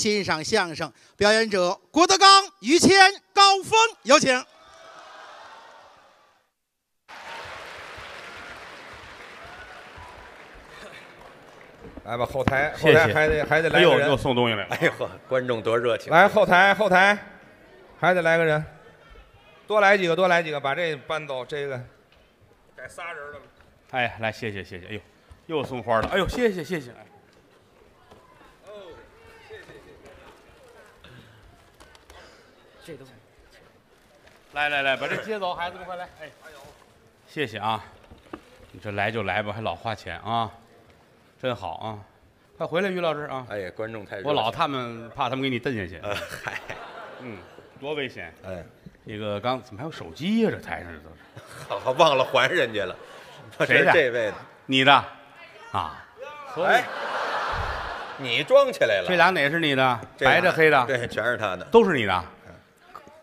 欣赏相声，表演者郭德纲、于谦、高峰，有请。来吧，后台，后谢谢台还得还得哎来个呦，人又，送东西来了。哎呦呵，观众多热情！来后台后台，还得来个人，多来几个，多来几个，把这搬走，这个改仨人了。哎，来，谢谢谢谢。哎呦，又送花了。哎呦，谢谢谢谢。哎这都来来来，把这接走，孩子们快来。哎，谢谢啊，你这来就来吧，还老花钱啊，真好啊。快回来，于老师啊，哎呀，观众太热情我老他们怕他们给你蹬下去，呃，嗨，嗯，多危险。哎，这个刚怎么还有手机呀、这台上这都是好，忘了还人家了。这谁的这位的，你的啊？哎，你装起来了，这俩哪是你的？这俩白的黑的对，全是他的都是你的，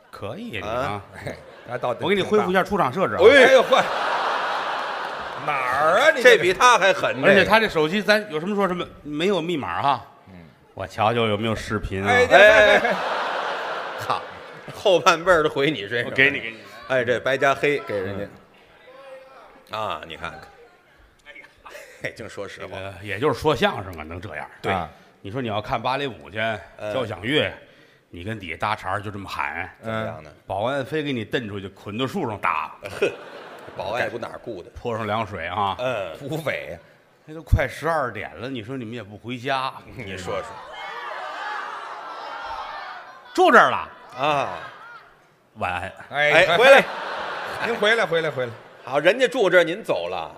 可以你啊啊！哎来到底我给你恢复一下出厂设置啊。哎呦嚯，哪儿啊你这比他还狠，而且这个他这手机，咱有什么说什么，没有密码哈。我瞧瞧有没有视频啊？哎哎哎哎哎好，后半辈儿都回你身我上。给你，给你。哎，这白加黑给人家啊，你看看，哎，净说实这话，个也就是说相声啊，能这样。对嗯啊你说你要看芭蕾舞去，交响乐，你跟底下搭茬儿就这么喊，怎么嗯样呢？保安非给你蹬出去，捆到树上打，保安也不哪儿雇的，泼上凉水啊！嗯，土匪，那都快十二点了，你说你们也不回家，你说说住这儿了，啊。晚安。哎哎，回来，，您回来回来回来，好，人家住这儿，您走了，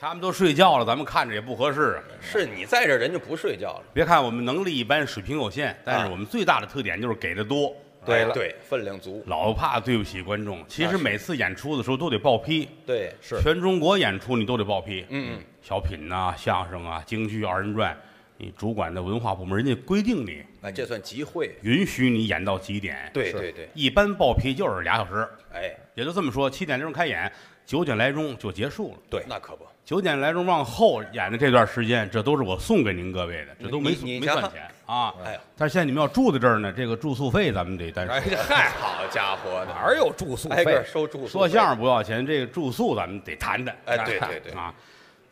他们都睡觉了，咱们看着也不合适啊。是你在这儿，人家不睡觉了。别看我们能力一般，水平有限，但是啊我们最大的特点就是给的多。对了哎对，分量足，老怕对不起观众。其那实是每次演出的时候都得报批，对，是全中国演出你都得报批。嗯嗯，小品呐、相声啊、京剧、二人转，你主管的文化部门人家规定你哎，这算集会，允许你演到几点。，对对对，一般报批就是俩小时，哎，也就这么说，七点钟开演，九点来钟就结束了。对，那可不，九点来钟往后演的这段时间，这都是我送给您各位的，这都没你你没瞧算钱啊。哎，但是现在你们要住在这儿呢，这个住宿费咱们得单哎说。嗨，好家伙哪的，儿有住宿挨个费儿？收住宿说费相声不要钱，这个住宿咱们得谈谈。哎对对对啊，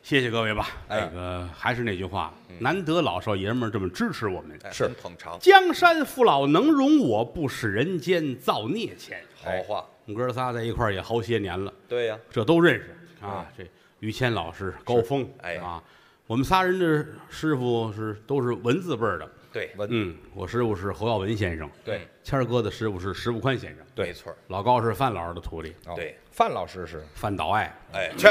谢谢各位吧。哎那个还是那句话，难得老少爷们儿这么支持我们。哎是真捧场，江山父老能容我，不使人间造孽钱。好话，我们哥仨在一块儿也好些年了，对呀，这都认识啊。这于谦老师、高峰，嗯哎啊，我们仨人的师傅是都是文字辈儿的。对文嗯，我师傅是侯耀文先生，对谦儿哥的师傅是石富宽先生，没错儿，老高是范老师的徒弟，哦对，范老师是范岛爱。哎，去，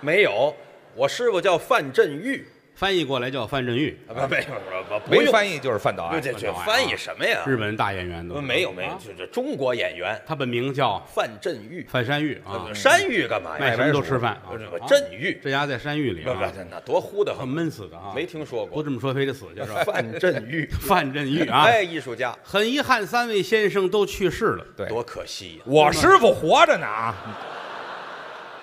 没有，我师傅叫范振玉，翻译过来叫范振钰，啊不，没有，我不没用，翻译就是范导这爱，这这我懂啊翻译什么呀？日本大演员都不是呃没有没有，啊就这中国演员他本名叫范振玉，范山玉啊，山玉干嘛卖呀什？么都吃饭啊不是，啊振玉，这家在山玉里不啊不，，那多呼的很很，闷死的啊，没听说不过。这么说非得死去是吧？ 范振玉，范振钰啊，哎，艺术家，很遗憾，三位先生都去世了。对多可惜呀！我师傅活着呢啊！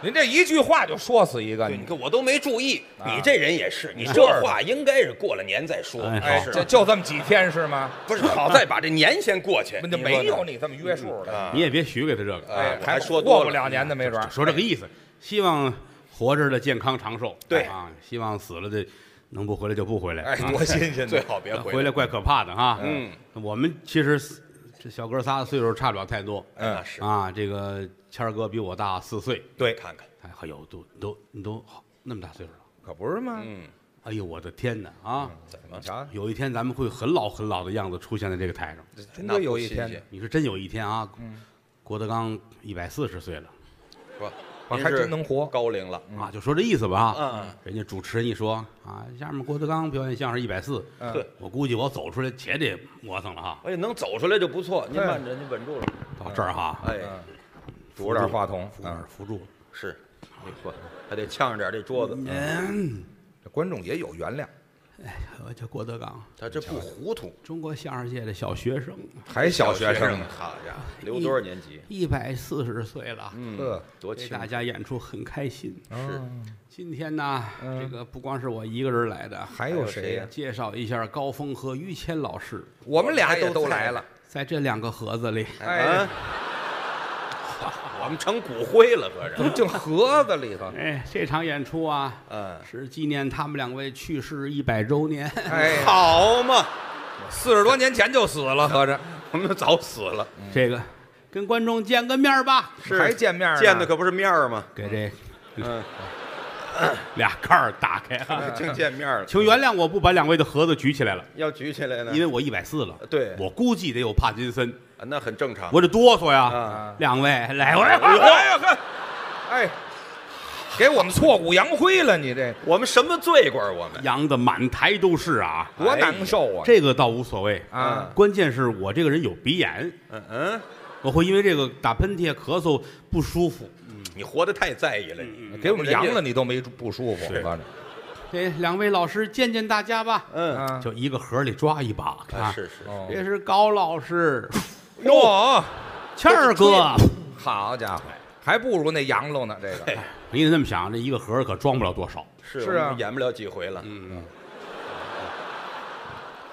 您这一句话就说死一个，对，你你看我都没注意，你这人也是，你是这话应该是过了年再说，哎哎，是这就这么几天是吗？不是 啊好再把这年先过去？那就说呢没有你嗯这么约束的，啊你也别许给他这个，哎哎，，我还说过多不了，两年的没准儿。说这个意思，希望活着的健康长寿，对啊，希望死了的能不回来就不回来，哎，啊多新鲜最的！好别回来。来怪可怕的哈。嗯，我们其实这小哥仨岁数差不了太多，哎那是，啊，这个谦儿哥比我大四岁，对，看看，哎哎呦，都都你都好那么大岁数了，可不是吗？嗯，哎呦我的天哪啊！怎么你瞧，有一天咱们会很老很老的样子出现在这个台上，真的有一天那不新鲜你说真有一天啊，嗯郭德纲一百四十岁了说？我您还是真能活高龄了，啊，就说这意思吧啊嗯。人家主持人一说啊，下面郭德纲表演相声一百四，呵，我估计我走出来且得磨蹭了哈。哎呀，能走出来就不错。您慢着，您稳住了，到这儿哈，哎，嗯，拄着点话筒扶啊着，扶住，是，你嚯，还得呛着点这桌子，嗯，这观众也有原谅。我呃叫郭德纲，他这不糊涂，中国相声界的小学生，还小学生呢呢，，好家伙，留多少年级？一百四十岁了，呵，嗯多给轻大家演出很开心。是今天呢，这个不光是我一个人来的，还有谁呀？介绍一下高峰和于谦老师，我们俩也都来了，在这两个盒子里，啊哎， 我们成骨灰了，合怎着。么进盒子里 头？哎，这场演出啊，嗯，是纪念他们两位去世一百周年。哎，好嘛，四十多年前就死了，合着 我们早死了，嗯这个跟观众见个面儿吧，是还见面呢见的可不是面儿吗？给这嗯，俩盖儿打开 啊。净见面儿了，请原谅我不把两位的盒子举起来了，要举起来呢嗯因，为我一百四了。对我估计得有帕金森，啊那很正常。我这哆嗦呀。啊，两位来，哎我呦 哎呦呵，哎，给我们挫骨扬灰了，你这我们什么罪过？啊我们扬的满台都是 啊。多难受啊！这个倒无所谓啊，关键是我这个人有鼻炎，嗯嗯，我会因为这个打喷嚏、咳嗽不舒服。你活得太在意了，你给我们扬了，你都没不舒服，合着这两位老师见见大家吧，嗯，啊，就一个盒里抓一把啊是是，哦这是高老 师、啊哟，谦儿哥。啊好家伙，还不如那羊肉呢，这哎个你得这么想，这一个盒儿可装不了多少，是嗯是啊我们演不了几回了，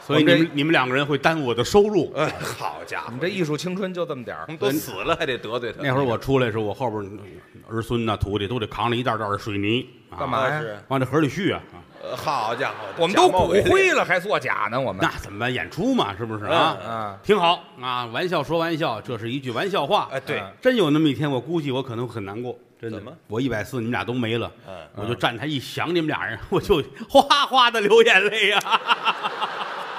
所我以你们们你们两个人会耽误我的收入。哎， 好家我伙，们这艺术青春就这么点儿我。们都死了还得得罪他？那会儿我出来的时候，我后边儿孙呐、徒弟都得扛着一袋袋的水泥，啊干嘛啊呀是，往这盒里续啊？啊呃好家伙，我们都假冒骨伪劣灰了，还作假呢？我们那怎么办？演出嘛，是不是嗯啊啊？啊，挺好啊，玩笑说玩笑，这是一句玩笑话。哎，对，嗯真有那么一天，我估计我可能很难过。真的怎么，我一百四，你们俩都没了，嗯我就站台一想你们俩人，我就哗哗的流眼泪呀、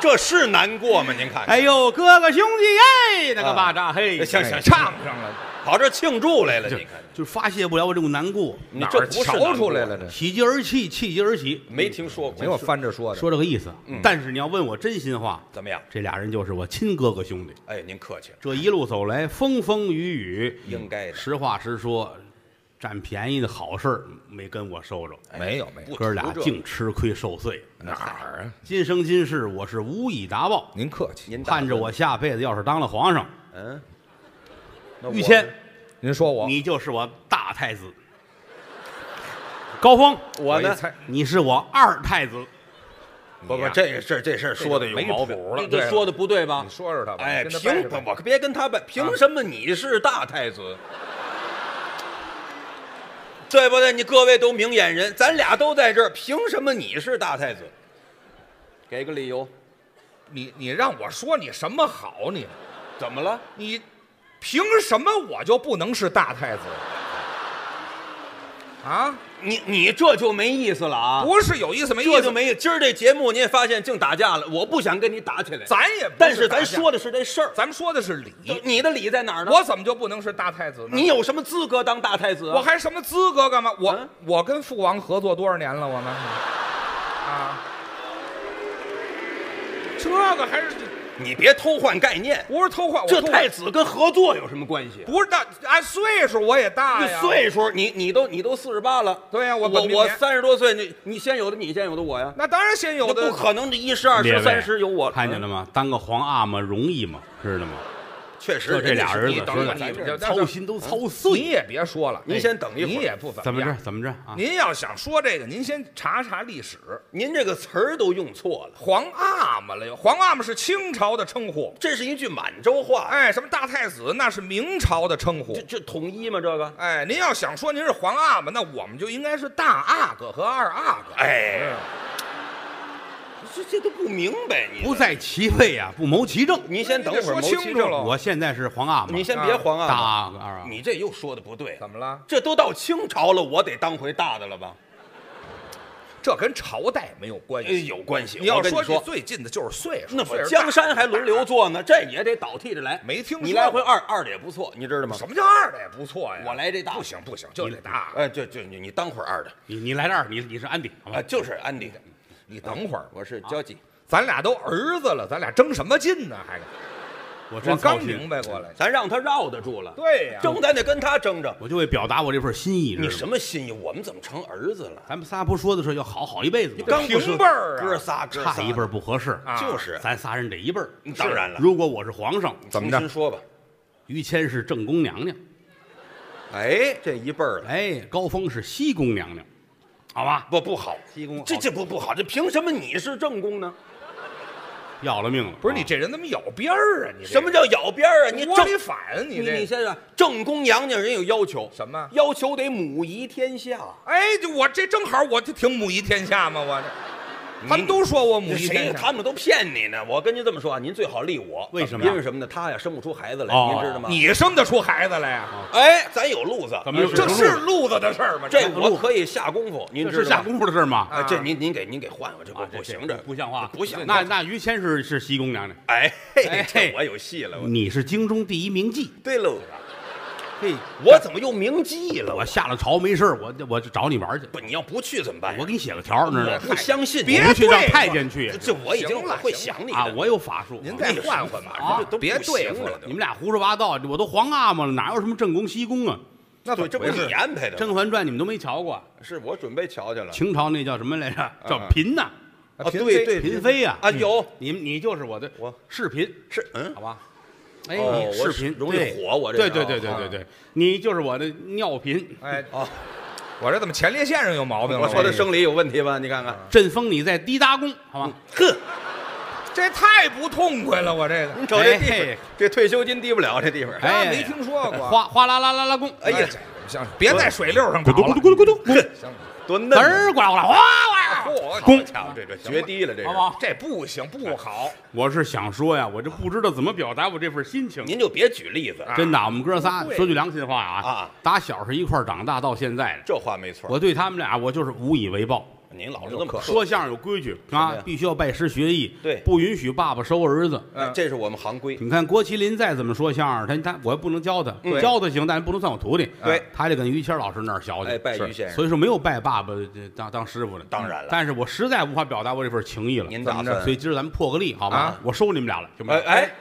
这是难过吗？您看 看，哎呦，哥哥兄弟，哎，那个啊巴掌，嘿，行哎行行唱上了，跑这庆祝来了，就你看，就发泄不了我这种难过，你哪这儿不是瞧难出过来了？这喜极而泣，泣极而喜，嗯没听说过，没有翻着说的。说这个意思。嗯但是你要问我真心话，怎么样？这俩人就是我亲哥哥兄弟。哎，您客气了，这一路走来，风风雨雨，应该的，实话实说，占便宜的好事儿没跟我收着，没有没有，不哥图俩这净吃亏受罪。哪儿啊？今生今世，我是无以达报。您客气，您打盼着我下辈子要是当了皇上，嗯，那我于谦，您说我，你就是我大太子；高峰，我一呢？猜你是我二太子。不不，这个事儿这事儿说的有没毛病谱，了，这对了说的不对吧你？说说他吧。哎，跟他凭掰扯掰扯我别跟他办，凭什么你是大太子？对不对？你各位都明眼人，咱俩都在这儿，凭什么你是大太子？给个理由，你你让我说你什么好？你怎么了？你凭什么我就不能是大太子？啊，你你这就没意思了啊！不是有意思没意这就思，没意。今儿这节目您也发现净打架了，我不想跟你打起来，咱也不但是打咱架说，的是这事儿。咱们说的是理，你的理在哪儿呢？我怎么就不能是大太子呢？你有什么资格当大太子啊？我还什么资格干嘛？我、嗯我跟父王合作多少年了？我们啊，这个还是你别偷换概念，不是偷换？我这偷换太子跟合作有什么关系？不是大，按岁数我也大这呀。岁数，你你都你都四十八了，对呀我我本命我年三十多岁，你你先有的你，先有的我呀，那当然先有那的不可能，这一十二列十位三十有我，看见了吗？当个皇阿玛容易吗？知道吗？嗯，确实就这俩儿人子，家说是你的等着你咱这这嗯操心都操你碎。也别说了，哎您先等一会儿你也不怎怎么么着样？？怎么着啊？您要想说这个，您先查查历史，您这个词儿都用错了，皇阿玛了又。皇阿玛是清朝的称呼，这是一句满洲话，哎，什么大太子那是明朝的称呼这。这统一吗？这个，哎，您要想说您是皇阿玛，那我们就应该是大阿哥和二阿哥。哎嗯，这这都不明白你，不，在其位啊，不谋其政。您先等会儿，说谋清其楚政了我现在是皇阿玛，你先别慌大啊，阿哥二阿哥你这又说的不对，怎么了？这都到清朝了，我得当回大的了吧？这跟朝代没有关哎，系。有关系，你要我跟说你这说，最近的就是岁数，那岁我数大江山还轮流坐呢，这也得倒替着来。没听说过你来回二二的也不错，你知道吗？什么叫二的也不错呀？我来这大不行不行，就得大。哎，就就你你当会儿二的你你来这儿，你你是安迪，好吧啊，？就是安迪，你等会儿，我是交际，咱俩都儿子了，咱俩争什么劲呢？还我我真操刚心明白过来，咱让他绕得住了。对呀争咱得跟他争争。我就为表达我这份心意，你知道什吗？么心意？我们怎么成儿子了？咱们仨不说的是要好好一辈子吗？刚不是平辈儿啊哥仨哥仨差一辈儿，不合适，啊就是嗯咱仨人得一辈儿。当然了如果我是皇上，怎么着？说吧。于谦是正宫娘娘，哎，这一辈儿了，哎，高峰是西宫娘娘，好吧？不不好，西宫好这这不不好，这凭什么你是正宫呢？要了命了。不是你啊这人怎么咬边儿啊？你什么叫咬边儿啊？你窝正里反？你你你这先生，正宫娘娘人有要求，什么要求得母仪天下。哎，就我这正好，我就挺母仪天下嘛，我这他们都说我母仪谁天他下。们都骗你呢？我跟您这么说啊，您最好立我，为什么呀因为什么呢？他呀生不出孩子来，哦您知道吗？你生得出孩子来呀？哎，咱有路子，怎么有这路是路子的事儿吗？这我可以下功夫，您这知道是吗下功夫的事儿吗？哎，这您您给您给换换，这不啊，这不行，这这不像话，不像话。那那于谦是是西宫娘娘，哎，哎嘿这我有戏了。我你是京中第一名妓。对喽，嘿，我怎么又铭记了？我我 下了朝没事儿我就我就找你玩去。不，你要不去怎么哎办呀？我给你写个条儿，你知道我吗不？相信你，别不去让对太监去这这我已经行了我会行想你的啊！我有法术。您啊再那有换换吧什么法啊这都别不对行付了了，都都你们俩胡说八道，我都皇阿玛了，哪有什么正宫西宫啊？那对，这嗯不是你安排《的吗？甄嬛传》你们都没瞧过啊，是我准备瞧瞧了。清朝那叫什么来着？叫嫔呐，嗯哦啊，嫔对妃对，嫔妃呀。啊，有你你就是我的我视频，是嗯好吧？哎，哦你我视频容易对火我这对人对啊对对啊对对，你就是我的尿频。哎，哦，我这怎么前列腺上有毛病了？啊我说的这生理有问题吧？你看看，朕封你在滴答宫，好吗？呵，这太不痛快了，我这个你瞅这地哎方，这退休金低不了，这地方。哎没听说过哗哗啦啦啦啦宫，哎呀，行，别在水溜上搞了。咕噜咕噜咕噜， 多嫩嘚啊！儿呱啦呱啦，哗 哇！嚯，宫好家伙这这决堤了，这好是不。好？这不行，不好。我是想说呀，我这不知道怎么表达我这份心情。您就别举例子，真的，我们哥仨说句良心话啊，啊打小是一块儿长大到现在的，这话没错。我对他们俩我就是无以为报。您老是这么客说相声有规矩么啊呀，必须要拜师学艺，对不允许爸爸收儿子。哎这是我们行规。你看郭麒麟再怎么说相声，他他我也不能教他，嗯教他行，但是不能算我徒弟。对啊他得跟于谦老师那儿学去。哎，拜于嗯是先生，所以说没有拜爸爸这当当师傅的，当然了但是我实在无法表达我这份情谊了。您怎打么着算所以今儿咱们破个例，好吗？啊我收你们俩了，行吗？哎哎，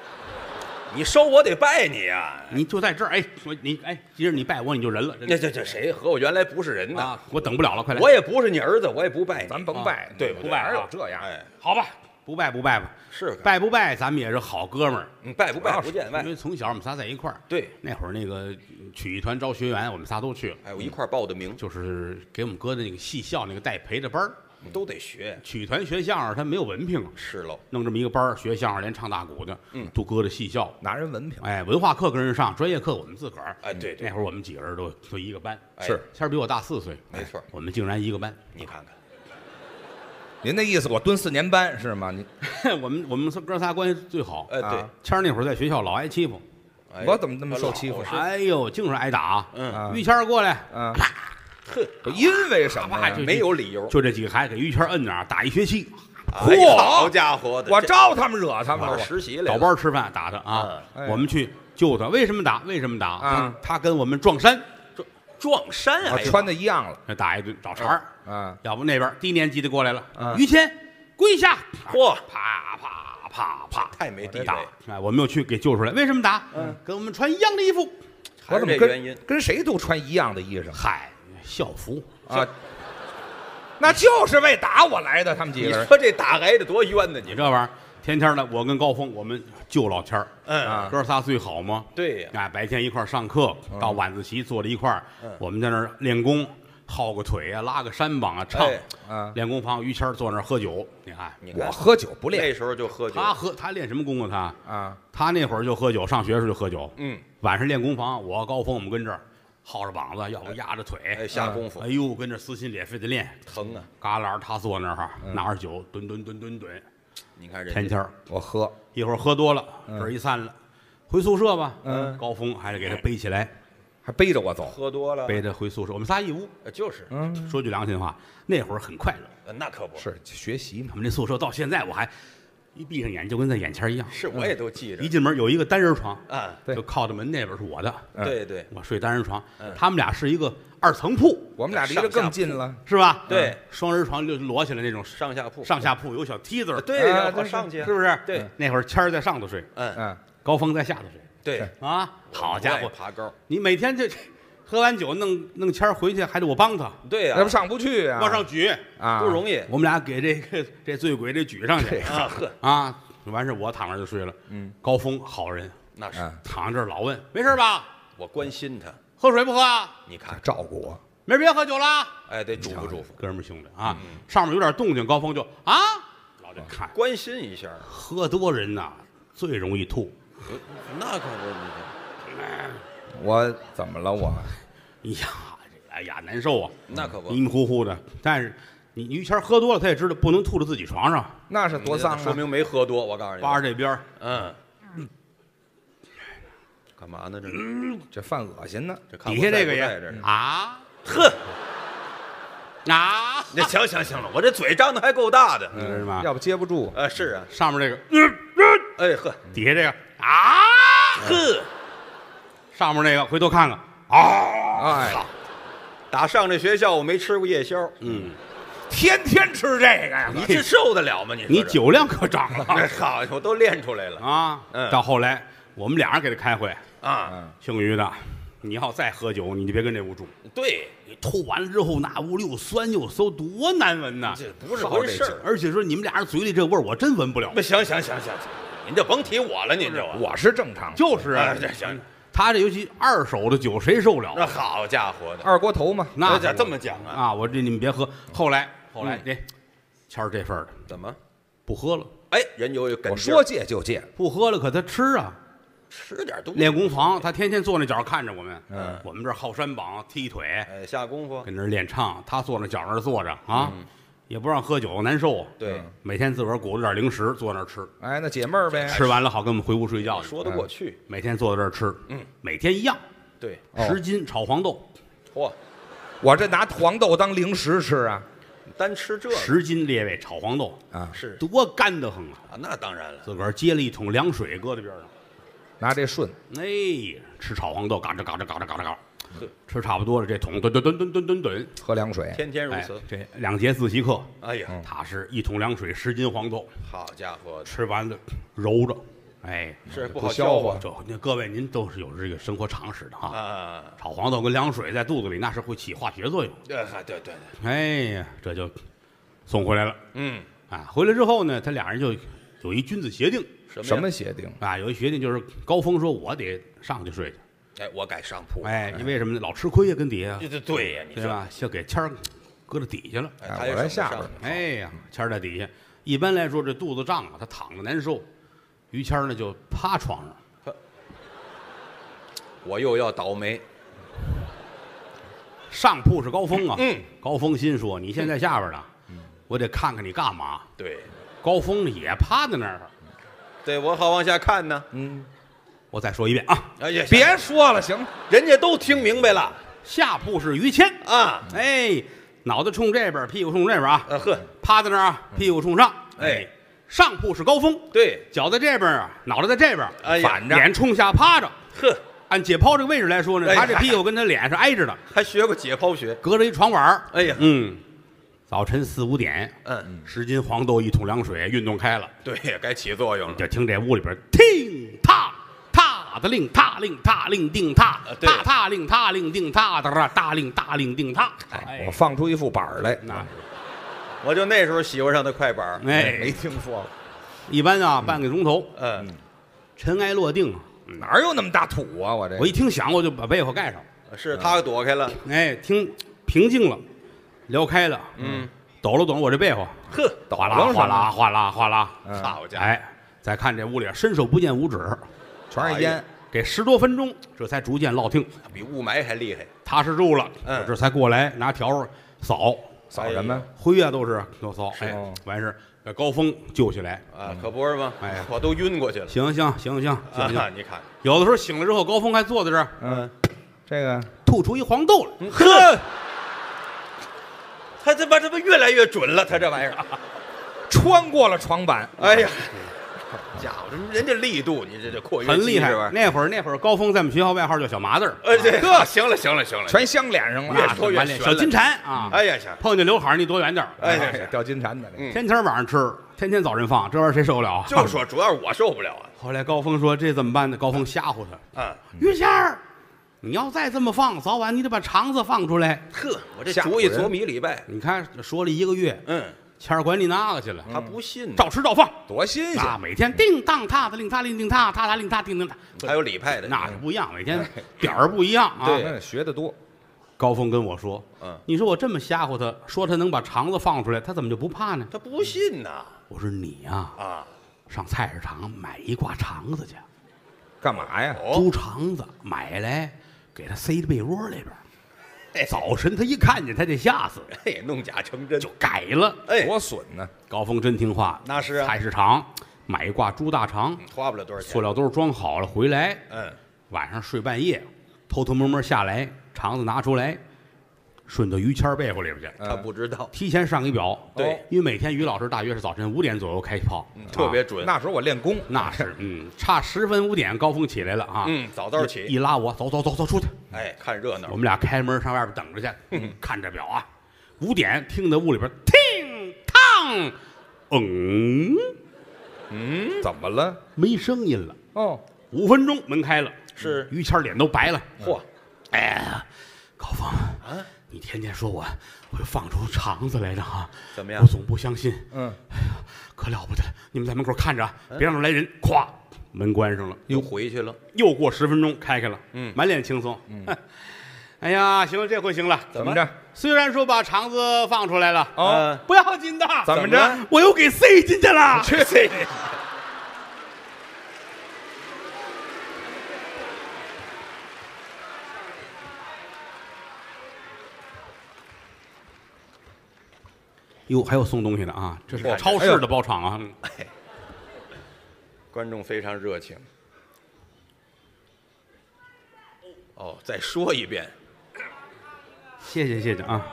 你收我得拜你啊！你就在这儿，哎，我你哎，今儿你拜我，你就人了。真这的这这谁和我原来不是人呢？嗯啊，我等不了了，快来。我也不是你儿子，我也不拜你。咱甭拜，啊对不对哪有这样？哎，好吧，不拜不拜吧，是个拜不拜咱们也是好哥们儿，嗯拜不主拜要不是见外因。为从小我们仨在一块儿。对，那会儿那个曲艺团招学员，我们仨都去了，哎，我一块儿报的名，就是给我们哥的那个戏校那个带陪着班儿。都得学。曲艺团学相声，他没有文凭啊，是喽，弄这么一个班儿学相声，连唱大鼓的，嗯，都搁着戏校。拿人文凭，哎，文化课跟人上，专业课我们自个儿。哎对对那会儿我们几个人都都一个班，哎是谦儿比我大四岁，没错哎我们竟然一个班。你看看，您的意思我蹲四年班是吗？你 我们我们哥仨关系最好。哎对啊，谦儿那会儿在学校老挨欺负，哎我怎么那么受欺负？哎呦，净是挨打。啊嗯，啊于谦儿过来，嗯，哎哼，因为什么呀就？没有理由。就这几个孩子给于谦儿摁那儿打一学期，哎呀嚯好家伙的，我这招他们惹他们哪了儿，实习来倒了？班儿吃饭打他啊。嗯哎呀我们去救他，为什么打？为什么打？啊他跟我们撞山，撞撞 衫我啊！穿的一样了。那打一顿找茬儿。嗯，要不那边儿低年级的过来了，嗯于谦跪下，嚯，啪啪啪啪，太没地位打了，！哎，我们又去给救出来，为什么打？嗯跟我们穿一样的衣服，我还怎是么这原跟因？跟谁都穿一样的衣裳嗨，校服。啊？那就是为打我来的，他们几你个人说这打挨得多冤呢？你你这玩意儿，天天的，我跟高峰，我们救老谦儿，嗯，哥仨最好嘛。对呀，嗯哎，白天一块儿上课，到晚自习坐在一块儿，我们在那儿练功，耗个腿啊，拉个山膀啊，唱哎。啊，练功房，于谦儿坐那儿喝酒，你看你我看喝酒不那练时候就喝酒，他喝他练什么功啊？他啊，他那会儿就喝酒，上学时候就喝酒。嗯，晚上练功房，我高峰我们跟这儿耗着膀子，要不压着哎，腿，下功夫哎呦，跟这儿撕心裂肺的练。疼啊！旮旯他坐那儿嗯拿着酒，蹲蹲蹲蹲蹲。你看天人家天儿我喝一会儿喝多了，嗯这儿一散了，回宿舍吧。嗯，高峰还得给他背起来，还背着我走，嗯喝多了，背着回宿舍。我们仨一屋，呃就是，说句良心话，那会儿很快乐。呃那可不是学习嘛我？们这宿舍到现在我还一闭上眼就跟在眼前一样。是我也都记嗯着一进门有一个单人床，啊，对就靠着门那边是我的，对对，我睡单人床，嗯他们俩是一个二层铺，我们俩离得更近了，是吧？嗯对，双人床就摞起来那种上下铺，上下铺，有小梯子儿，对啊呀，我对上去是不是？对，那会儿谦儿在上头睡，嗯，嗯，高峰再下头谁对，啊？好家不伙爱，爬高，你每天就喝完酒弄弄签儿回去，还得我帮他对呀那，不上不去啊，往上举，啊不容易我们俩给这个 这醉鬼这举上去啊，呵，啊，完事我躺那儿就睡了。嗯，高峰好人，那是嗯躺这儿老问没事吧？我关心他，喝水不喝啊？你看，照顾我，明儿别喝酒了啊。哎，得嘱咐嘱咐，哥们儿兄弟啊，上面有点动静，高峰就啊，老这看，关心一下，喝多人呐最容易吐。那可不，你看我怎么了我？哎呀，哎呀，难受啊，那可不迷，迷糊糊的。但是你于谦儿喝多了，他也知道不能吐到自己床上，那是多脏啊！说明没喝多，我告诉你，扒着这边儿嗯，干嘛呢？这是这犯恶心呢。这看嗯底我下在这不个也在这是啊呵，啊，那行行行了，我这嘴张的还够大的，知道吗？嗯要不接不住，呃，是啊，上面这个，哎呵，底下这个啊，呵，上面那个回头看看啊，哎，打上这学校我没吃过夜宵，嗯，天天吃这个呀，你这受得了吗？你说你这，酒量可长了那 好，我都练出来了啊。嗯到后来我们俩人给他开会，啊！姓于的，你要再喝酒，你就别跟这屋住。对，你吐完了之后，那屋里又酸又馊，多难闻呐！这不是回事儿。而且说你们俩人嘴里这味儿，我真闻不了不。行行行行行，您就甭提我了，您这玩意儿我是正常，就是啊哎这行，他这尤其二手的酒，谁受了那？好家伙的，二锅头嘛。那这这么讲啊？啊，我这你们别喝。后来后来嗯这谦儿这份儿的怎么？不喝了，哎，人有有梗我劲儿说戒就戒，不喝了，可他吃啊。吃点东西，练功房，他天天坐那角儿看着我们。嗯，我们这儿靠山膀、踢腿，哎，下功夫跟那儿练唱，他坐那角儿那儿坐着啊，也不让喝酒，难受。嗯对，每天自个儿鼓捣点零食，坐那儿吃，哎，那解闷儿呗。吃完了好跟我们回屋睡觉去。说得过去，每天坐在这儿吃，嗯，每天一样，对，哦十斤炒黄豆，嚯，我这拿黄豆当零食吃啊，单吃这个十斤列位炒黄豆，啊，是多干得很啊！啊，那当然了，自个儿接了一桶凉水搁在边上，拿这顺，哎，吃炒黄豆，嘎吱嘎吱嘎吱嘎吱嘎呵吱，吃差不多了，这桶吨吨吨吨吨吨吨，喝凉水，天天如哎此。，这两节自习课，哎嗯呀，他是一桶凉水，十斤黄豆，好家伙的，吃完了揉着，哎，是嗯不不好消化这那各位您都是有这个生活常识的哈。啊！炒黄豆跟凉水在肚子里那是会起化学作用，对啊对对对，哎呀，这就送回来了。嗯，啊，回来之后呢，他俩人就有一君子协定什什么么呀？协定？啊，有一协定就是高峰说我得上去睡去，哎，我改上铺。哎，因为什么呢？老吃亏呀，跟底下对，对对呀，你对说，吧？先给谦儿搁到底下了，哎哎他也我在省下不上边哎呀，谦儿在底下，一般来说这肚子胀啊，他躺着难受，于谦儿呢就趴床上，我又要倒霉。上铺是高峰啊，嗯，高峰心说你现在下边呢，我得看看你干嘛。对，高峰呢也趴在那儿了，对我好往下看呢。我再说一遍啊，哎呀，别说了，行，人家都听明白了下铺是于谦，啊！哎，脑袋冲这边，屁股冲这边啊，呃呵，趴在那儿啊，屁股冲上，哎，上铺是高峰，对，脚在这边啊，脑袋在这边，哎呀反着脸冲下趴着。呵，按解剖这个位置来说呢，哎呀他这屁股跟他脸是挨着的，还学过解剖学。隔着一床板儿。哎呀，嗯，早晨四五点，嗯，十斤黄豆一桶凉水，运动开了，对，该起作用了。就听这屋里边听踏踏的令踏令踏令定踏啊对踏踏令踏令定踏哒哒大令大令定踏。哎，我放出一副板儿来，啊那我就那时候喜欢上的快板儿。没哎，听说过，一般啊半个钟头，嗯，尘埃落定。嗯哪有那么大土啊？哎我这我一听响，我就把被窝盖上。是他躲开了。哎，听平静了，聊开了，嗯，抖了抖我这被窝，呵，哗抖了啦是吧哗啦哗啦哗啦，嗯好家伙，哎，再看这屋里伸手不见五指，全是哎烟呀，给十多分钟，这才逐渐落听，比雾霾还厉害。踏实住了。嗯我这才过来拿笤帚扫扫什哎么？灰啊，都是都扫，哎哦，完事儿把高峰救起来。啊，可不是吗？哎呀我都晕过去了。行行行行行啊，行，你看，有的时候醒了之后，高峰还坐在这儿嗯，这个吐出一黄豆嗯来。呵，他这把这不越来越准了，他这玩意儿。穿过了床板，哎哎呀，家伙，人人家力度，你这这括约肌很厉害是吧。？那会儿那会儿高峰在我们学校外号叫小麻子儿，呃，这呵，行了行了行了，全镶脸上越了。说越满脸悬小了金蝉啊！哎呀行，碰见刘海儿你躲远点儿哎哎呀，掉金蝉的那个嗯天天晚上吃，天天早晨放，这玩意儿谁受得了啊？就是说，主要是我受不了啊。后来高峰说：“这怎么办呢？”高峰吓唬他啊，：“于谦儿，你要再这么放，早晚你得把肠子放出来。呵，我这吓唬主意人左米礼拜”，你看，说了一个月，嗯，谦儿管你那个去了，他不信，照吃照放多新啊！鲜！每天叮当踏的令踏令叮踏踏踏令踏叮叮踏，还有礼拜的，那是不一样，每天点儿不一样啊。对那学的多，高峰跟我说：“嗯你说我这么吓唬他，说他能把肠子放出来，他怎么就不怕呢他不信呐？”我说：“你呀、啊，上菜市场买一挂肠子去，干嘛呀？哦猪肠子买来，给他塞到被窝里边儿。早晨他一看见，他得吓死，嘿，弄假成真就，改了。哎，多损呢！高峰真听话，那是啊菜市场买一挂猪大肠，花不了多少塑钱。料兜装好了回来，嗯，晚上睡半夜，偷偷摸摸下来，肠子拿出来，顺到于谦儿被窝里边去，他不知道，提前上一表。嗯对哦因为每天于老师大约是早晨五点左右开炮，嗯啊特别准。那时候我练功，那是嗯，差十分五点，高峰起来了啊，嗯，早早一起，拉我走走走走出去，哎，看热闹我。们俩开门上外边等着去，嗯看着表啊，五点听得屋里边听烫，嗯，嗯怎么了？没声音了。哦，五分钟门开了，嗯是嗯于谦儿脸都白了。嚯，哎呀，高峰啊，你天天说我会放出肠子来的哈，怎么样我总不相信，嗯，可了不得！你们在门口看着啊，嗯别让来人。咵，门关上了。又回去了，又过十分钟开开了，嗯满脸轻松。嗯， 哎呀，行了，这回行了。怎么着？虽然说把肠子放出来了，呃哦，不要紧的。怎么怎么着了？我又给塞进去了。去死你！ 哟，还有送东西的啊，这是嚯超市的包场啊。观众非常热情。哦，再说一遍，谢谢谢谢啊，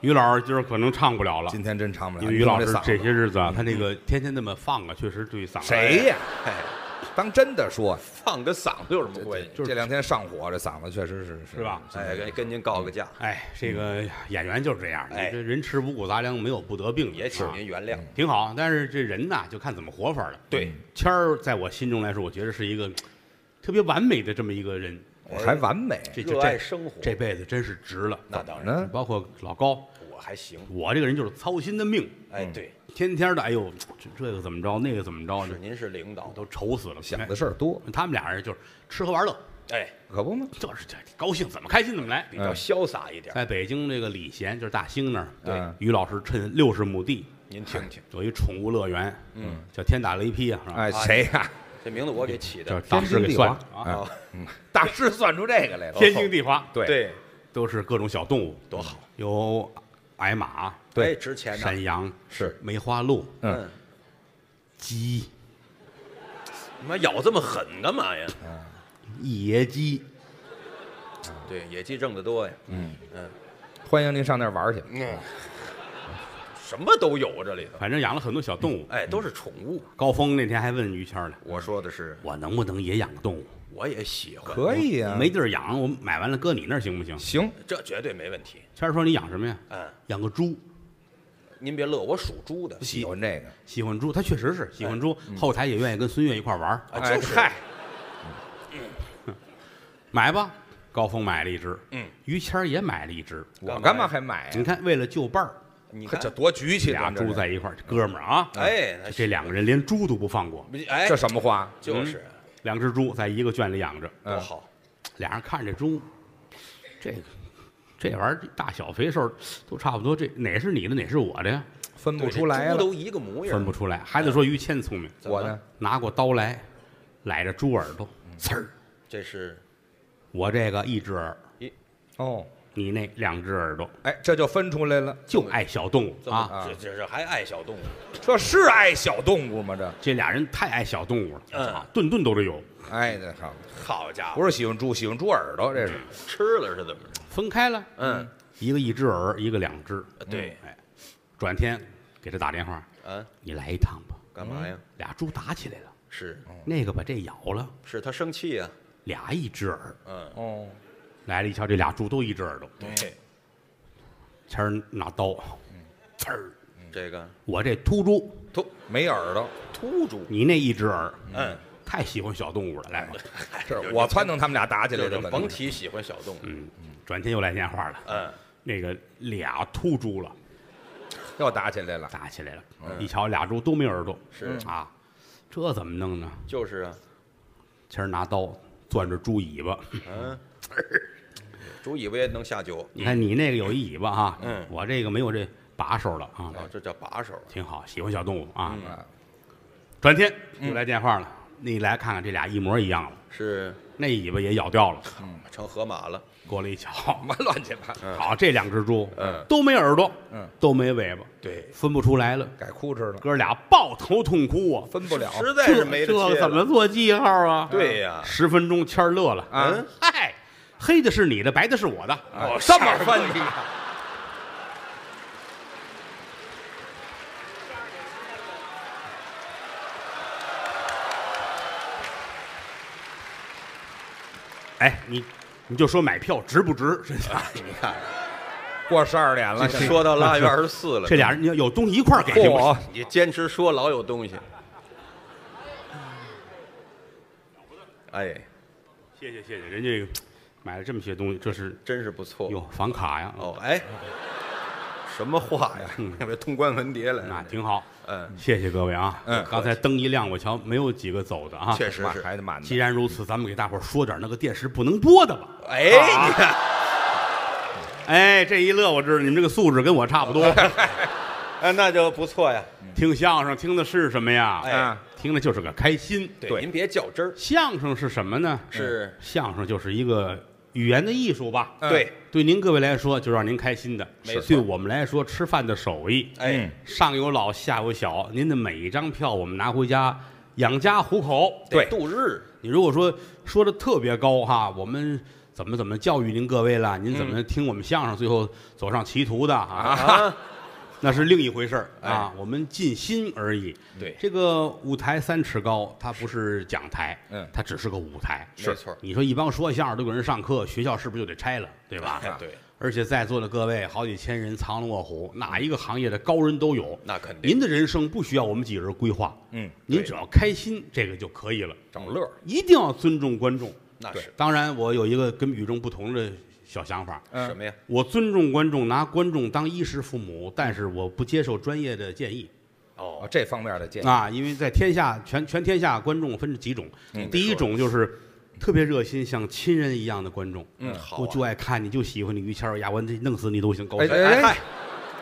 于老师今儿可能唱不了了，今天真唱不了。因为于老师你看这这些日子啊，他那个天天那么放啊，确实对嗓子谁呀？哎，当真的说，放个嗓子有什么关系？就是这两天上火，这嗓子确实是是吧哎，跟跟您告个假，哎，这个演员就是这样，你嗯哎这人吃五谷杂粮，没有不得病的，也请啊您原谅。挺好。但是这人呐，就看怎么活法了。嗯对，谦儿在我心中来说，我觉得是一个特别完美的这么一个人，哦还完美。这这热爱这生活，这辈子真是值了。那当然，嗯，包括老高，我还行。我这个人就是操心的命，哎，对，天天的，哎呦，这这个怎么着，那个怎么着哦是的，您是领导，嗯都愁死了。哎想的事儿多，他们俩人就是吃喝玩乐，哎，可不吗？这是这高兴怎么开心怎么来。嗯要潇洒一点。哎在北京这个礼贤就是大兴那儿，对于老师趁六十亩地您听听，有一宠物乐园，嗯，叫天打雷劈啊，是吧？哎，谁呀？这名字我给起叫的。大师给算天经的啊，地华，嗯，大师算出这个来了，天经地华，对哎哦对，都是各种小动物，多好，有矮马、对，哎值钱呢。山羊、是梅花鹿、嗯，嗯，鸡、你妈咬这么狠干嘛呀？嗯野鸡，对，野鸡挣得多呀。嗯欢迎您上那儿玩儿去。嗯，什么都有这里头，反正养了很多小动物。嗯哎，都是宠物。高峰那天还问于谦呢，我说的是，我能不能也养个动物？我也喜欢，可以哎呀，没地儿养，我买完了搁你那儿行不行？行，这绝对没问题。谦儿说你养什么呀？嗯，养个猪，您别乐，我属猪的喜欢这个。喜欢猪，他确实是喜欢猪，后台也愿意跟孙越一块儿玩儿。啊，哎就是嗨，买吧，高峰买了一只，嗯，于谦儿也买了一只。我干嘛还买你呀？看，为了就伴儿，你这嗯看，多局气，俩咱这猪在一块儿，这哥们儿啊，哎，那这这两个人连猪都不放过，哎，这什么话？就是两只猪在一个圈里养着，嗯多好，俩人看这猪，这个这玩意儿大小肥瘦都差不多，这哪是你的，哪是我的呀？分不对出来了。这猪都一个模样，分不出来。还得说于谦聪明，怎么我呢？拿过刀来，揽着猪耳朵，刺儿，这是我这个一只耳，哦，你那两只耳朵，哎，这就分出来了。就爱小动物这么啊！这这是还爱小动物，这是爱小动物吗？这，这俩人太爱小动物了，嗯啊，顿顿都得有。哎，这好，好家伙，不是喜欢猪，喜欢猪耳朵，这是。吃了是怎么着？分开了，嗯，一个一只耳，一个两只。对，哎，转天给他打电话，啊，你来一趟吧。干嘛呀？嗯俩猪打起来了，是那个把这咬了，是，他生气呀，俩一只耳。嗯，哦，来了一瞧，这俩猪都一只耳朵。对，前儿拿刀，呲儿，嗯这个我这秃猪，秃没耳朵，秃猪，你那一只耳，嗯，太喜欢小动物了，来吧。哎是我撺掇他们俩打起来就的就可能，甭提喜欢小动物，嗯，转天又来电话了，嗯，那个俩秃猪了，要打起来了。打起来了。一瞧俩猪都没耳朵，嗯是啊，这怎么弄呢？就是啊，前儿拿刀攥着猪尾巴， 嗯，猪尾巴也能下酒，你看你那个有一尾巴哈，嗯我这个没有这把手了啊，啊，这叫把手，挺好，喜欢小动物啊。嗯啊转天又来电话了，你来看看这俩一模一样了，是那尾巴也咬掉了。成河马了，过来一瞧，好什么乱七八糟？这两只猪，嗯都没耳朵，嗯，都没尾巴，对，分不出来了。改哭哧了，哥俩抱头痛哭啊，分不了。实在是这没得这切怎么了，做记号啊？对呀嗯十分钟，谦儿乐了，啊，嗨，黑的是你的，白的是我的，哦这么翻翻译译哎，你你就说买票值不值？这哎你看，过十二点了，这现说到腊月二十四了，这俩人你要有东西一块儿给在行吗？嚯，你坚持说老有东西。哎，谢谢谢谢，人家这个买了这么些东西，这是真是不错。哟房卡呀，哦，哎，什么话呀？ 那为通关文牒嗯那来。挺好，嗯，谢谢各位啊。嗯刚才灯一亮，我瞧没有几个走的啊。确实满是。孩子满的既。然如此，咱们给大伙儿说点那个电视不能播的吧。哎，你看，哎，这一乐，我知道你们这个素质跟我差不多。呃哎，那就不错呀。听相声听的是什么呀？哎啊，听的就是个开心。对您别较真儿。相声是什么呢？嗯是相声就是一个语言的艺术吧。嗯对，对您各位来说，就让您开心的；没错对我们来说，吃饭的手艺。嗯哎，上有老，下有小，您的每一张票，我们拿回家养家糊口。得对度日你如果说说的特别高哈，我们怎么怎么教育您各位了？您怎么听我们相声，最后走上歧途的啊？啊，那是另一回事儿啊。我们尽心而已。哎对这个舞台三尺高，它不是讲台，嗯它只是个舞台。没错。你说一帮说相声都给人上课，学校是不是就得拆了，对吧？哎对，而且在座的各位好几千人，藏龙卧虎，哪一个行业的高人都有。那肯定您的人生不需要我们几个人规划，嗯，您对只要开心，这个就可以了。找乐儿。一定要尊重观众。那是当然，我有一个跟与众不同的小想法，嗯什么呀？我尊重观众，拿观众当衣食父母，但是我不接受专业的建议哦哦，，这方面的建议啊，因为在天下全全天下观众分几种，嗯第一种就是特别热心，像亲人一样的观众，嗯，好啊。我就爱看你，就喜欢你于谦儿呀，我弄死你都行，高兴，哎哎，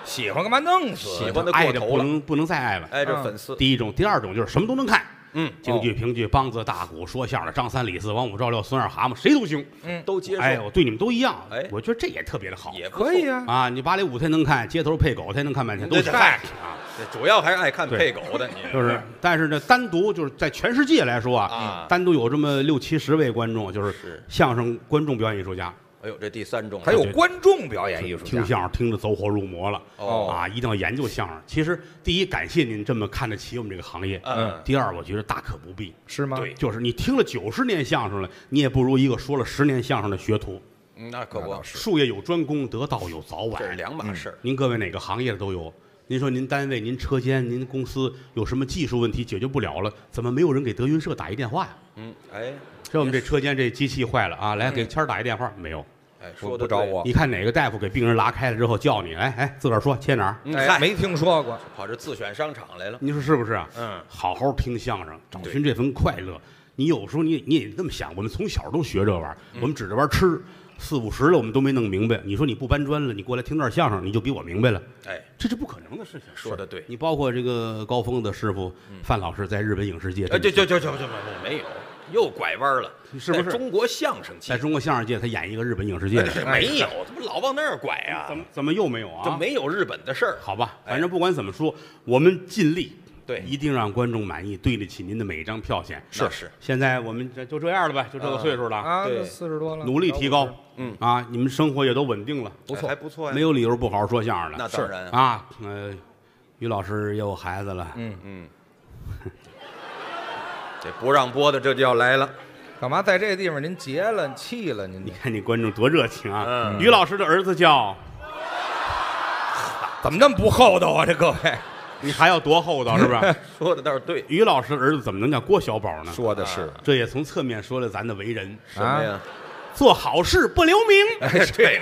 喜欢干嘛弄死？喜欢的爱过着头不了。能不能再爱了。哎，这嗯粉丝，第一种，第二种就是什么都能看，嗯，京剧、评剧、梆子、大鼓、说相声、张三、李四、王五、赵六、孙二蛤蟆，谁都行。嗯都嗯接受，哎，我对你们都一样，哎我觉得这也特别的好。也不错嗯可以。啊，啊，你芭蕾舞他能看，街头配狗他能看半天，都对是对嗨嗨啊，这主要还是爱看对配狗 的，你就是。但是呢，单独就是在全世界来说啊啊，单独有这么六七十位观众，就是是相声观众表演艺术家，哎呦，这第三种了还有观众表演艺术听家，相声听得走火入魔了。哦啊，一定要研究相声。其实，第一，感谢您这么看得起我们这个行业。嗯第二，我觉得大可不必。是吗？对就是你听了九十年相声了，你也不如一个说了十年相声的学徒。嗯那可那不倒，是嗯术业有专攻，得道有早晚。这是两码事儿。您各位哪个行业的都有。您说您单位、您车间、您公司有什么技术问题解决不了了，怎么没有人给德云社打一电话呀？嗯，哎说我们这车间这机器坏了嗯啊，来给谦儿打一电话，没有？哎，不说的不找我，你看哪个大夫给病人拉开了之后叫你，哎哎，自个儿说切哪儿？嗯哎，嗨没听说过，跑这自选商场来了。你说是不是啊？嗯，好好听相声，找对寻这份快乐。你有时候你你也这么想，我们从小都学这玩意儿，嗯我们指着玩儿吃，四五十了我们都没弄明白。你说你不搬砖了，你过来听段相声，你就比我明白了，哎，这是不可能的事情。说的对。嗯你包括这个高峰的师傅范老师在日本影视界，哎，这这这这这这没有，又拐弯了，是不是在中国相声界在中国相声界，他演一个日本影视界的，哎 哎没哎有，怎么老往那儿拐呀怎？么怎么又没有啊？就没有日本的事儿。好吧，反正不管怎么说，我们尽力，对一定让观众满意，对得起您的每一张票钱。那是嗯现在我们这就这样了吧，就这个岁数了，啊，对都四十多了，哎努力提高，嗯啊，你们生活也都稳定了，不错，还不错呀。没有理由不好好说相声了。那当然啊，啊，呃，于老师也有孩子了，嗯嗯，这不让播的这就要来了。干嘛在这地方您结了气了您你？看你观众多热情啊！嗯于老师的儿子叫怎么那么不厚道啊？这各位你还要多厚道是 吧？说的倒是对，于老师的儿子怎么能叫郭小宝呢？ 说的是这也从侧面说了咱的为人，什么呀？做好事不留名。哎， 对，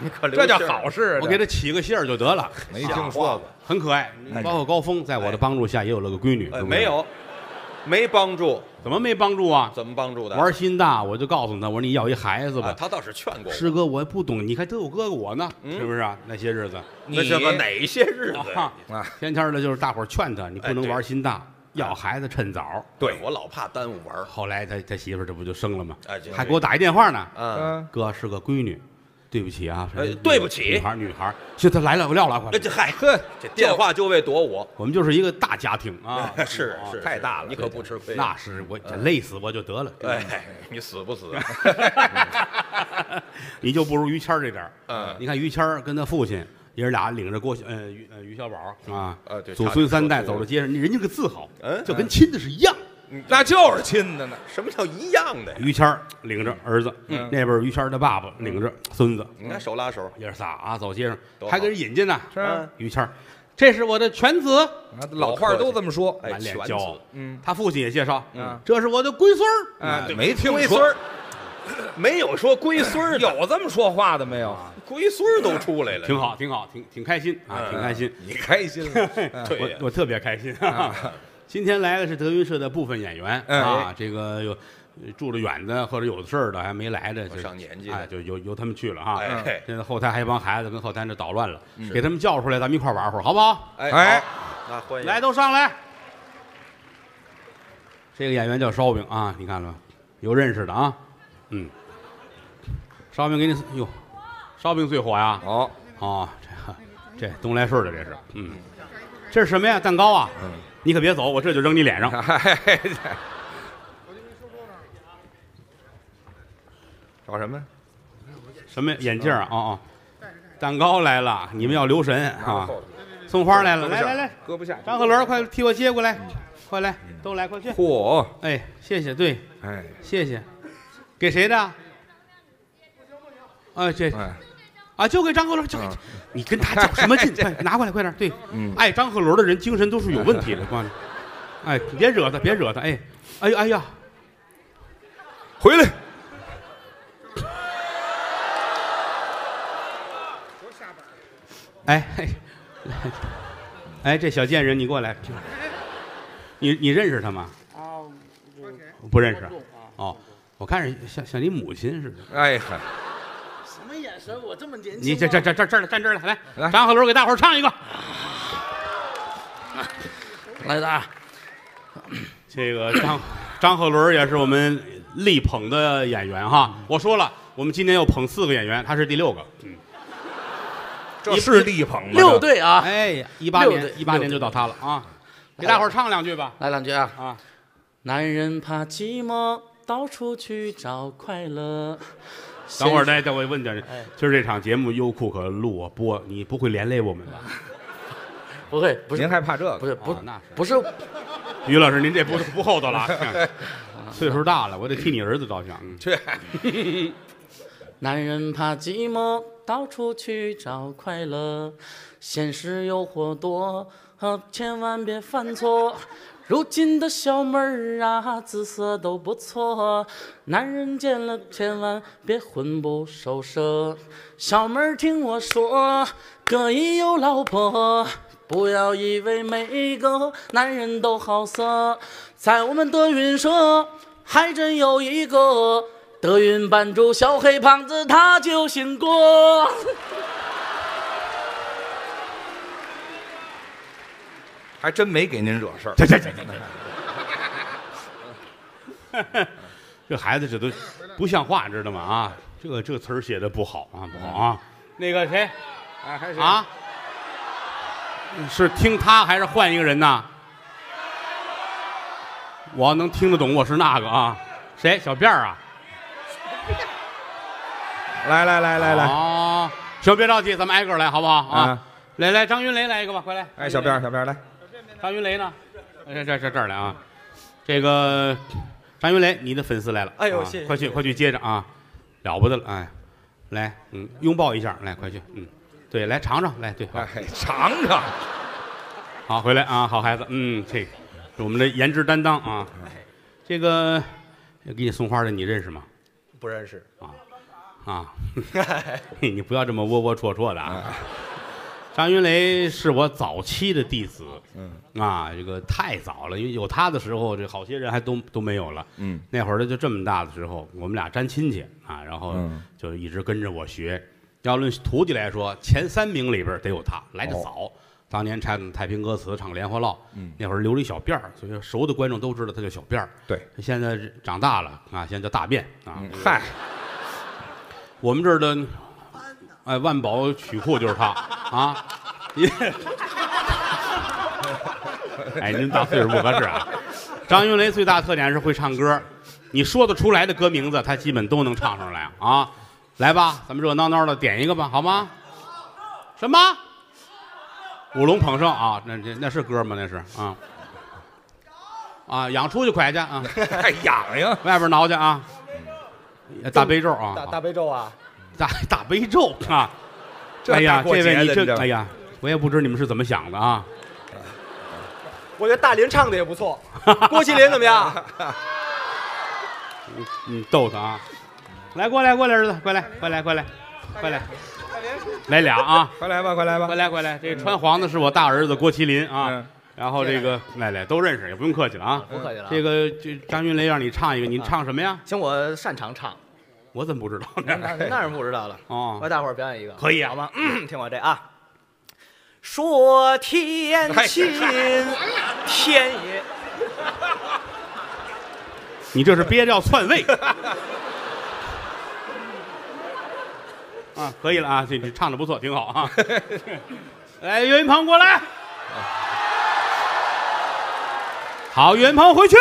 你可留这叫信儿好事。我给他他起个姓儿就得了，没听说过，很可爱。包括高峰在我的帮助下也有了个闺女，哎，对不对没，有，没帮助，怎么没帮助啊？怎么帮助的？玩心大，我就告诉他，我说你要一孩子啊，吧。他倒是劝过我。师哥，我也不懂，你看都有哥哥我呢，嗯是不是啊？那些日子，那你这个哪些日子呀？啊啊，天天的就是大伙儿劝他，你不哎能对玩心大，要孩子趁早。对我老怕耽误玩儿。后来他他媳妇儿这不就生了吗？哎对还给我打一电话呢，啊，嗯，哥是个闺女，对不起啊，哎是对不起哎女孩儿女孩儿，行，他来了，我撂了，快那，这嗨，呵，这电话就为躲我，，我们就是一个大家庭啊 是啊是太大了你可不吃亏。那是我这累死我就得了，哎，你死不死？ 你就不如于谦儿这点儿嗯你看于谦儿跟他父亲爷儿俩领着郭小，呃于呃于小宝儿啊呃对，祖孙三差代点说走错到了街上，人家个自豪嗯，就跟亲的是一样。那就是亲的呢。什么叫一样的呀？于谦儿领着儿子，嗯那边儿于谦儿的爸爸领着孙子，你看手拉手，爷儿仨啊走街上嗯多，好还给人引进呢。嗯是啊于谦儿，这是我的犬子，啊老话都这么说。哎满脸犬骄傲子。嗯，他父亲也介绍嗯，这是我的龟孙儿。嗯啊，对没听龟孙说儿，没有说龟孙儿的，有这么说话的没有？龟孙儿都出来了，挺好，挺好，挺挺开心啊，嗯挺开心。你开心 了？嗯对呀啊我我特别开心。啊 今天来的是德云社的部分演员哎嗯啊，这个有呃住着远的或者有事儿的还没来的，就上年纪哎，了就由由他们去了啊。哎嗯嘿现在后台还一帮孩子跟后台这捣乱了，给他们叫出来，咱们一块儿玩会儿，好不好？哎哎好那欢迎来，都上来。这个演员叫烧饼啊，你看了吗？有认识的啊，嗯，烧饼给你，哟，烧饼最火呀、好， 哦，这这东来顺的这是，嗯，这是什么呀？蛋糕啊！你可别走，我这就扔你脸上。哎找什么呀？什么眼镜啊？哦哦，蛋糕来了，你们要留神啊！送花来了，来来来，搁嗯不下。嗯张鹤伦，快替我接过来，快来，都来，快去。嚯，哎，谢谢，对，哎谢谢，给谁的？啊，这哎，啊，就给张鹤伦，就给你跟他较什么劲？快拿过来，快点！对，爱张鹤伦的人精神都是有问题的，关键。哎，别惹他，别惹他！哎，哎呀，哎呀，回来。哎哎，哎，这小贱人，你过来，你你认识他吗？啊，不认识。哦，我看着像像你母亲似的。哎嗨，什么眼神？我这么年轻，你这这这这这儿来站这儿来，来，来张鹤伦给大伙儿唱一个。来的啊，这个张张鹤伦也是我们力捧的演员哈。我说了，我们今年要捧四个演员，他是第六个。这是力捧吗？六队啊，哎呀，一八六年对一八六年就对到他了啊！给大伙儿唱两句吧来两句啊。啊！男人怕寂寞，到处去找快乐。 等会儿再再我问点哎，今儿这场节目优酷可录啊播，你不会连累我们吧？不会，不这是，您还怕这不个？是不啊那是不是于老师，您这不不厚道了 啊，岁数大了，我得替你儿子着想。嗯去，男人怕寂寞，到处去找快乐，现实诱惑多，啊千万别犯错。如今的小妹儿啊，姿色都不错，男人见了千万别魂不守舍。小妹儿听我说，可以有老婆。不要以为每一个男人都好色，在我们德云社还真有一个德云版主小黑胖子，他就姓郭。还真没给您惹事儿。这这这这这，这孩子这都不像话，知道吗？啊，这个这个词儿写的不好啊，不好啊。那个谁哎，还是啊，是听他还是换一个人呐？我要能听得懂，我是那个啊，谁？小辫儿啊？来来来来来，哦，行，别着急，咱们挨个来，好不好啊嗯？来来，张云雷来一个吧，快来！哎，小辫儿，小辫儿来，张云雷呢？哎这这这儿来啊！这个张云雷，你的粉丝来了，哎呦啊谢谢快谢去谢快去接着啊，了不得了，哎，来，嗯，拥抱一下，来，快去，嗯，对，来尝尝，来，对，好，哎，尝尝，好，回来啊，好孩子，嗯，这个是我们的颜值担当啊，这个给你送花的你认识吗？不认识。 啊，嘿你不要这么窝窝戳戳的啊！张云雷是我早期的弟子，嗯啊，这个太早了，因为有他的时候，这好些人还都都没有了。嗯，那会儿他就这么大的时候，我们俩沾亲戚啊，然后嗯就一直跟着我学。要论徒弟来说，前三名里边得有他，来的哦早。当年唱太平歌词，唱莲花落，嗯，那会儿留了一小辫儿，所以熟的观众都知道他叫小辫儿。对，嗯现在长大了啊，现在叫大辫啊。 嗨，我们这儿的，哎，万宝曲库就是他啊，你， 哎，您大岁数不合适啊。 张云雷最大特点是会唱歌，你说得出来的歌名字，他基本都能唱上来啊。来吧，咱们热闹闹的点一个吧，好吗？什么？舞龙捧圣啊？那那那是歌吗？那是啊啊，养出去快去啊，还痒痒，外边挠去啊，大悲咒啊，大大悲咒啊，大大悲咒啊！这 哎呀，大过这节位的你你这这哎呀，我也不知你们是怎么想的啊！我觉得大林唱的也不 错，郭麒麟怎么样？你逗他啊！来，过来，过来，儿子，快来，快来，快来，快来，来俩啊！快来吧，快来吧快，来，快来！这穿黄的是我大儿子郭麒麟啊嗯，然后这个来来都认识，也不用客气了啊。不客气了啊这个这张云雷让你唱一个，你唱什么呀？行，我擅长唱，我怎么不知道呢？那那是不知道了。哦我给大伙儿表演一个，可以啊好吗？嗯听我这啊，说天哎亲，天也你这是憋着要篡位。啊，可以了啊，这这唱的不错，挺好啊。 来，岳云鹏过来。好，岳云鹏回去。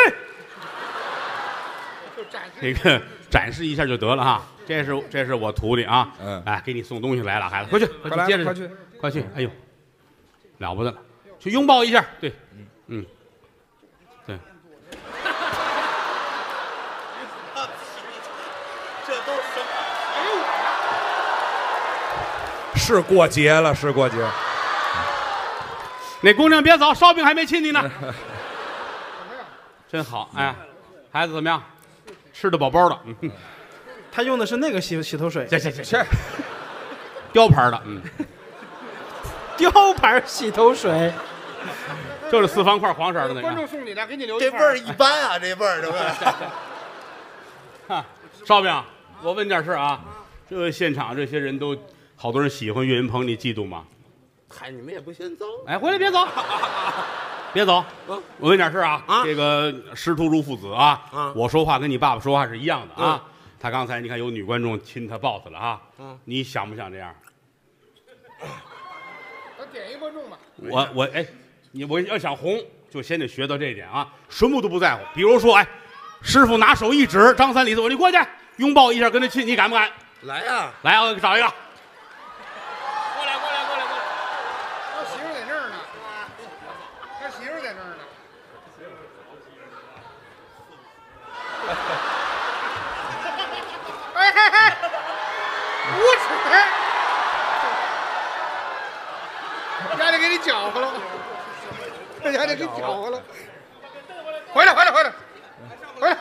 这个展示一下就得了哈。这是这是我徒弟啊，嗯哎，给你送东西来了，孩子，快去，快来接着快去，快去，哎呦，了不得了，去拥抱一下，对，嗯，对，是过节了，是过节， 那姑娘别走，烧饼还没亲你呢。真好，哎，孩子怎么样？吃的饱饱的，嗯，他用的是那个洗洗头水，行行行，切， 雕牌的，嗯，雕牌洗头水。就是四方块黄色的那个送你的，给你留这味儿一般啊，这味儿对吧？啊。烧饼，我问点事儿啊，这个现场这些人都好多人喜欢岳云鹏，你嫉妒吗？嗨，你们也不嫌脏。哎，回来别走，别走，我问点事儿啊，啊这个师徒如父子啊，啊我说话跟你爸爸说话是一样的啊。他刚才你看有女观众亲他抱他了啊，你想不想这样？我我哎，你我要想红，就先得学到这一点啊，什么都不在乎。比如说，哎，师傅拿手一指张三李四五，你过去拥抱一下，跟他亲，你敢不敢？来啊呀，来，啊我给你找一个。他媳妇在那儿呢，他媳妇在那儿呢。哎嘿嘿，无耻！丫的给你搅和了，丫的给你搅和了。回来，回来，回来，回来！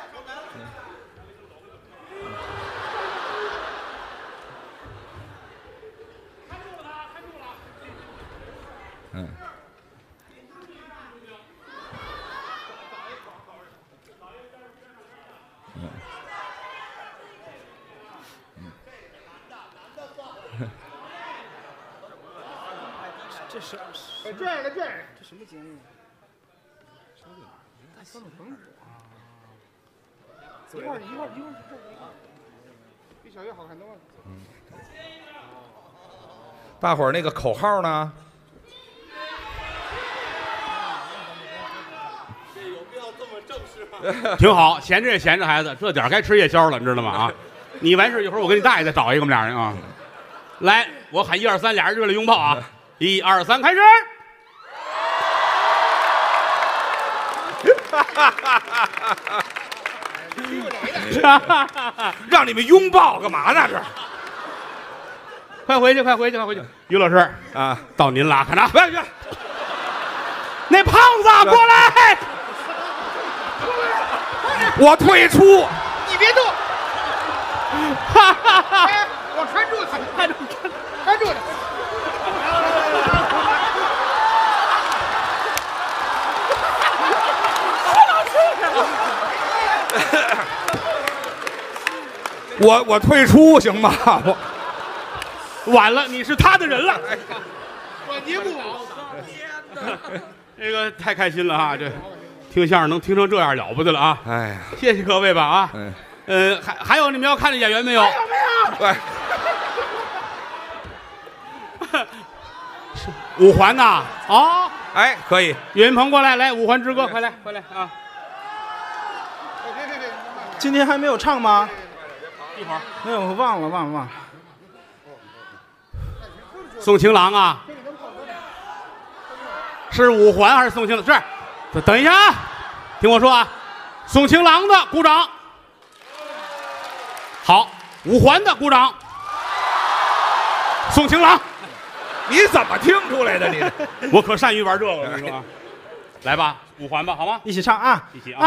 拽了，拽了！哎这什么节目？啊一会儿啊一会儿一会儿这啊儿，啊比小月好看多了。大伙儿那个口号呢？挺好，闲着也闲着，孩子，这点儿该吃夜宵了，你知道吗？啊，你完事儿一会儿我跟你大爷再找一个，我们俩人啊，来，我喊一二三，俩人热烈拥抱啊，一二三，开始。 让你们拥抱干嘛呢？这快回去，快回去，快回去！于老师，啊，到您了，看着啊，别别，那胖子过来，我退出。你别动！哎， 我穿住他，穿住他，穿住他。我我退出行 吗？我晚了，你是他的人了。我捏不牢。这个太开心了啊！这听相声能听成这样了不得了啊！哎呀，谢谢各位吧啊！嗯呃，还还有你们要看的演员没有？哎， 五环呐啊！哎，可以，岳云鹏过来，来五环之歌，快来快来啊！别别别！今天还没有唱吗？一会儿没有，我忘了忘了忘了。宋情郎啊，是五环还是宋情郎？是，等等一下啊，听我说啊，宋情郎的鼓掌，好，五环的鼓掌，宋情郎，你怎么听出来的？你我可善于玩这个了，我跟你说啊，来吧，五环吧，好吗？一起唱啊！一起啊，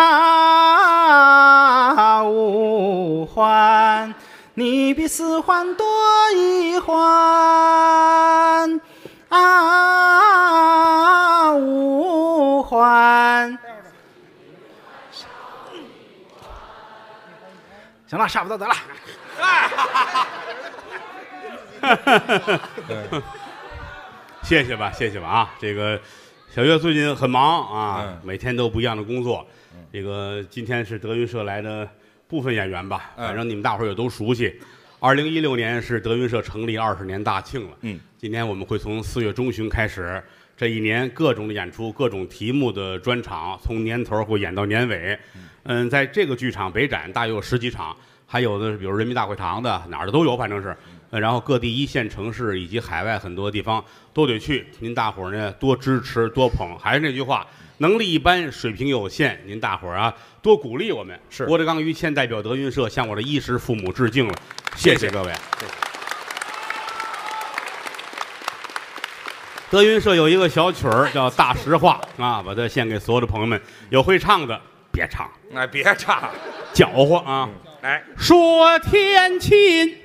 啊，五环，你比四环多一环。啊，五环。行了，差不多得了。谢谢吧，谢谢吧啊，这个小岳最近很忙啊，嗯每天都不一样的工作。这个今天是德云社来的部分演员吧，嗯反正你们大伙儿也都熟悉。二零一六年是德云社成立二十年大庆了，嗯，今年我们会从四月中旬开始，这一年各种的演出、各种题目的专场，从年头会演到年尾。嗯，在这个剧场北展大约有十几场，还有的是比如人民大会堂的哪儿的都有，反正是。呃然后各地一线城市以及海外很多地方都得去，您大伙儿呢多支持多捧。还是那句话，能力一般，水平有限，您大伙儿啊多鼓励我们。是郭德纲、于谦代表德云社向我的衣食父母致敬了，谢谢各位。德云社有一个小曲儿叫《大实话》啊，把它献给所有的朋友们。有会唱的别唱，哎，别唱，搅和啊！嗯哎，说天亲，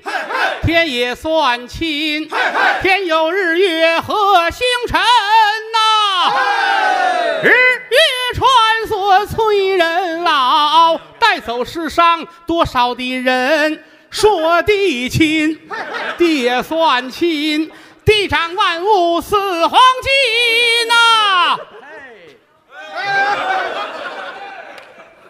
天也算亲，天有日月和星辰呐、日月穿梭催人老，带走世上多少的人。说地亲，地也算亲，地长万物似黄金呐、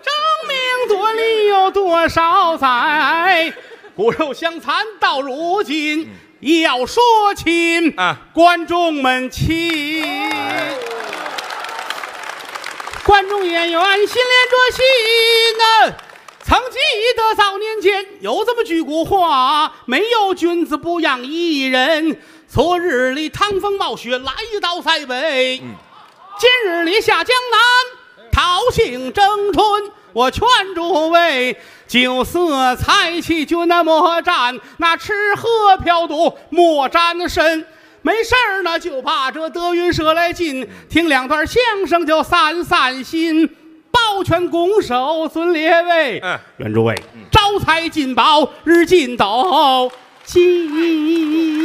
争名夺利有多少载？骨肉相残到如今，要说亲啊，观众们亲。观众演员心连着心呐、曾记得早年间有这么句古话：没有君子不养艺人。昨日里趟风冒雪来到塞北，今日里下江南，桃杏争春。我劝诸位，酒色财气君那莫沾，那吃喝嫖赌莫沾身。没事儿呢，就把这德云社来进，听两段相声就散散心。抱拳拱手，尊列位，嗯愿诸位招财进宝，日进斗金。